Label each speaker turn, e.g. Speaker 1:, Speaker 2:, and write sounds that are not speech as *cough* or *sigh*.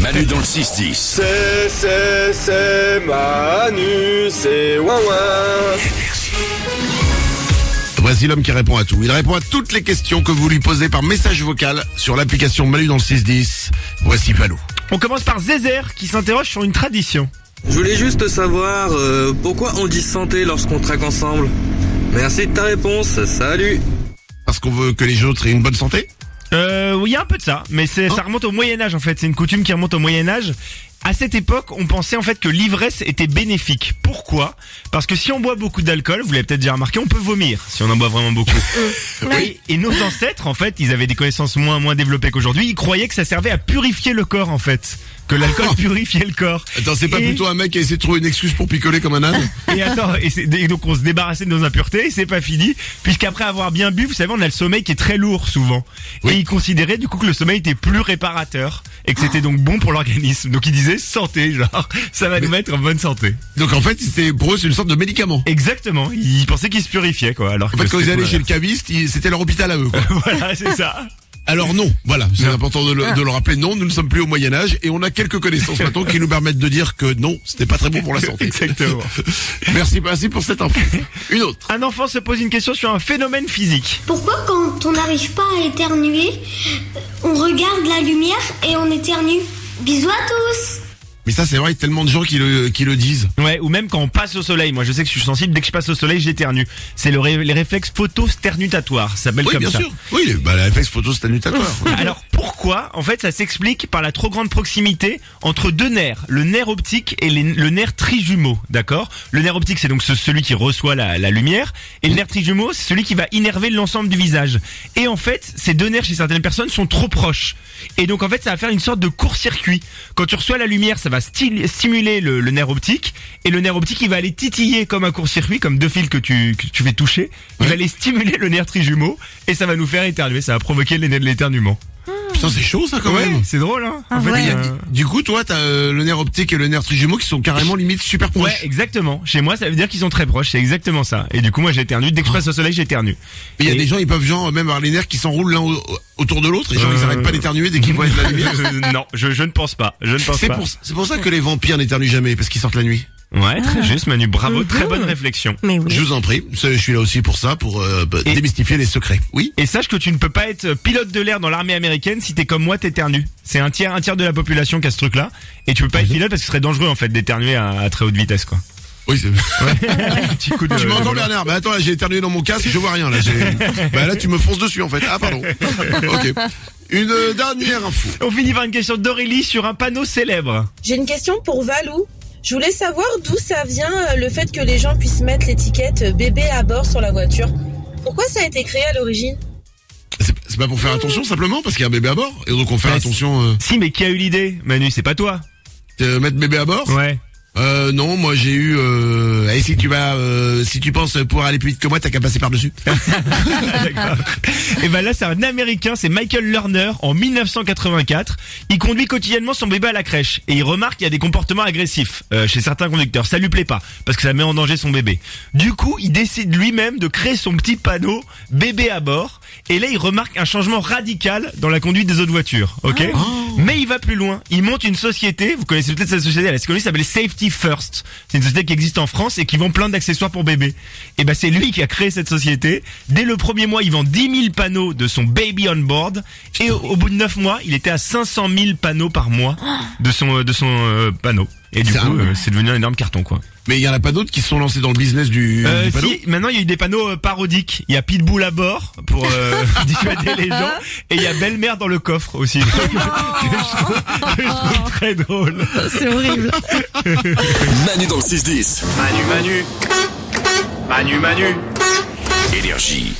Speaker 1: Manu dans le 6-10.
Speaker 2: C'est, c'est, c'est Manu, c'est Wawa.
Speaker 3: Voici l'homme qui répond à tout. Il répond à toutes les questions que vous lui posez par message vocal sur l'application Manu dans le 610. Voici Palou.
Speaker 4: On commence par Zézer qui s'interroge sur une tradition.
Speaker 5: Je voulais juste savoir euh, pourquoi on dit santé lorsqu'on traque ensemble. Merci de ta réponse, salut
Speaker 3: Parce qu'on veut que les autres aient une bonne santé
Speaker 4: Euh, oui, il y a un peu de ça, mais c'est, ça remonte au Moyen Âge en fait. C'est une coutume qui remonte au Moyen Âge. À cette époque, on pensait en fait que l'ivresse était bénéfique. Pourquoi Parce que si on boit beaucoup d'alcool, vous l'avez peut-être déjà remarqué, on peut vomir si on en boit vraiment beaucoup. *laughs* oui. Et nos ancêtres, en fait, ils avaient des connaissances moins moins développées qu'aujourd'hui. Ils croyaient que ça servait à purifier le corps, en fait, que l'alcool purifiait le corps.
Speaker 3: Attends, c'est pas
Speaker 4: Et-
Speaker 3: plutôt un mec qui a essayé de trouver une excuse pour picoler comme un âne
Speaker 4: Et attends, et, c'est- et donc on se débarrassait de nos impuretés, et c'est pas fini, puisqu'après avoir bien bu, vous savez, on a le sommeil qui est très lourd souvent.
Speaker 3: Oui.
Speaker 4: Et ils considéraient du coup que le sommeil était plus réparateur, et que c'était donc bon pour l'organisme. Donc ils disaient santé, genre, ça va nous mettre en bonne santé.
Speaker 3: Donc en fait, c'était pour eux, c'est une sorte de médicament.
Speaker 4: Exactement, ils pensaient qu'ils se purifiaient, quoi. Alors
Speaker 3: En
Speaker 4: que
Speaker 3: fait, quand ils
Speaker 4: c'était
Speaker 3: allaient
Speaker 4: tout
Speaker 3: chez le caviste, ils- c'était leur hôpital à eux.
Speaker 4: *laughs*
Speaker 3: quoi.
Speaker 4: l'inverse. *laughs* Voilà, c'est ça.
Speaker 3: Alors non, voilà, c'est important de le, de le rappeler. Non, nous ne sommes plus au Moyen Âge et on a quelques connaissances maintenant qui nous permettent de dire que non, c'était pas très bon pour la santé. *laughs*
Speaker 4: Exactement.
Speaker 3: Merci, merci pour cette info. Une autre.
Speaker 4: Un enfant se pose une question sur un phénomène physique.
Speaker 6: Pourquoi quand on n'arrive pas à éternuer, euh, on regarde la lumière et on éternue Bisous à tous
Speaker 3: Mais ça, c'est vrai, il y a tellement de gens qui le, qui le disent.
Speaker 4: Ouais, ou même quand on passe au soleil. Moi, je sais que je suis sensible. Dès que je passe au soleil, j'éternue. C'est le ré- les réflexes photosternutatoires. Ça s'appelle
Speaker 3: Oui,
Speaker 4: comme
Speaker 3: bien
Speaker 4: ça. Ah,
Speaker 3: sûr. Oui, les- bah, la FX photo, c'est *laughs* annulatoire.
Speaker 4: *laughs* Alors pourquoi En fait, ça s'explique par la trop grande proximité entre deux nerfs, le nerf optique et les- le nerf trijumeau, d'accord Le nerf optique, c'est donc ce- celui qui reçoit la, la lumière, et le nerf trijumeau, c'est celui qui va innerver l'ensemble du visage. Et en fait, ces deux nerfs chez certaines personnes sont trop proches. Et donc en fait, ça va faire une sorte de court-circuit. Quand tu reçois la lumière, ça va sti- stimuler le, le nerf optique, et le nerf optique, il va aller titiller comme un court-circuit, comme deux fils que tu, que tu fais toucher. Il va aller stimuler le nerf trijumeau, et ça va nous faire éternuer, ça va provoquer l'éne- l'éternuement.
Speaker 3: Putain, c'est chaud ça quand
Speaker 4: Ouais,
Speaker 3: même.
Speaker 4: c'est drôle, hein. En fait,
Speaker 3: Mais il y a-
Speaker 4: euh,
Speaker 3: Du coup, toi, t'as euh, le nerf optique et le nerf trijumeau qui sont carrément limite super
Speaker 4: ouais,
Speaker 3: proches.
Speaker 4: exactement. Chez moi, ça veut dire qu'ils sont très proches. C'est exactement ça. Et du coup, moi, j'éternue. Dès que je passe au soleil, j'éternue.
Speaker 3: Mais il y a
Speaker 4: Et-
Speaker 3: des gens, ils peuvent genre même avoir les nerfs qui s'enroulent l'un au- autour de l'autre et genre
Speaker 4: Euh.
Speaker 3: ils arrêtent pas d'éternuer dès
Speaker 4: *laughs*
Speaker 3: qu'ils voient de la lumière.
Speaker 4: Euh, non, je, je ne pense pas. Je ne pense
Speaker 3: C'est
Speaker 4: pas.
Speaker 3: pour, c'est pour ça que les vampires n'éternuent jamais parce qu'ils sortent la nuit.
Speaker 4: Ouais, très juste, Manu. Bravo. Très bonne réflexion.
Speaker 7: Mais oui.
Speaker 3: Je vous en prie, je suis là aussi pour ça, pour euh, bah,
Speaker 4: Et-
Speaker 3: démystifier les secrets. Oui.
Speaker 4: Et sache que tu ne peux pas être pilote de l'air dans l'armée américaine si t'es comme moi, t'éternues. C'est un tiers, un tiers de la population qui a ce truc-là. Et tu peux pas être pilote parce que ce serait dangereux, en fait, d'éternuer à, à très haute vitesse, quoi.
Speaker 3: Oui. c'est-
Speaker 4: *laughs* Petit coup de-
Speaker 3: Tu m'entends Bernard Bah attends, là, j'ai éternué dans mon casque, je vois rien là. *laughs* j'ai- Bah là, tu me fonces dessus en fait. Ah pardon. Ok. Une euh, dernière info.
Speaker 4: On finit par une question d'Aurélie sur un panneau célèbre.
Speaker 8: J'ai une question pour Valou. Je voulais savoir d'où ça vient euh, le fait que les gens puissent mettre l'étiquette euh, bébé à bord sur la voiture. Pourquoi ça a été créé à l'origine
Speaker 3: C'est c'est pas pour faire attention simplement parce qu'il y a un bébé à bord et donc on fait
Speaker 4: Ouais,
Speaker 3: attention. euh,
Speaker 4: Si, mais qui a eu l'idée? Manu, c'est pas toi.
Speaker 3: euh, mettre bébé à bord.
Speaker 4: Ouais.
Speaker 3: Euh, non, moi j'ai eu. Euh... Et si tu vas, euh, si tu penses pouvoir aller plus vite que moi, t'as qu'à passer par dessus.
Speaker 4: Et Ah, ben là, c'est un Américain, c'est Michael Lerner, en 1984. Il conduit quotidiennement son bébé à la crèche et il remarque qu'il y a des comportements agressifs euh, chez certains conducteurs. Ça lui plaît pas parce que ça met en danger son bébé. Du coup, il décide lui-même de créer son petit panneau bébé à bord. Et là, il remarque un changement radical dans la conduite des autres voitures. Ok.
Speaker 3: Ah. Oh.
Speaker 4: Mais il va plus loin. Il monte une société. Vous connaissez peut-être cette société. Elle est connue. Ça s'appelle Safety First. C'est une société qui existe en France et qui vend plein d'accessoires pour bébés. Et ben c'est lui qui a créé cette société. Dès le premier mois, il vend 10 000 panneaux de son baby on board. Et au, au bout de 9 mois, il était à 500 000 panneaux par mois de son euh, de son euh, panneau. Et du
Speaker 3: Oh. C'est
Speaker 4: coup,
Speaker 3: un-
Speaker 4: euh, c'est devenu un énorme carton quoi.
Speaker 3: Mais il y en a pas d'autres qui se sont lancés dans le business du,
Speaker 4: Euh,
Speaker 3: du panneau.
Speaker 4: si, maintenant il y a eu des panneaux euh, parodiques. Il y a Pitbull à bord pour euh, *laughs* dissuader les gens, et il y a Belle-mère dans le coffre aussi. *laughs* que, je trouve, que je trouve très drôle.
Speaker 7: C'est horrible.
Speaker 1: Manu dans le 6-10.
Speaker 2: Manu, Manu. Manu, Manu.
Speaker 1: Énergie.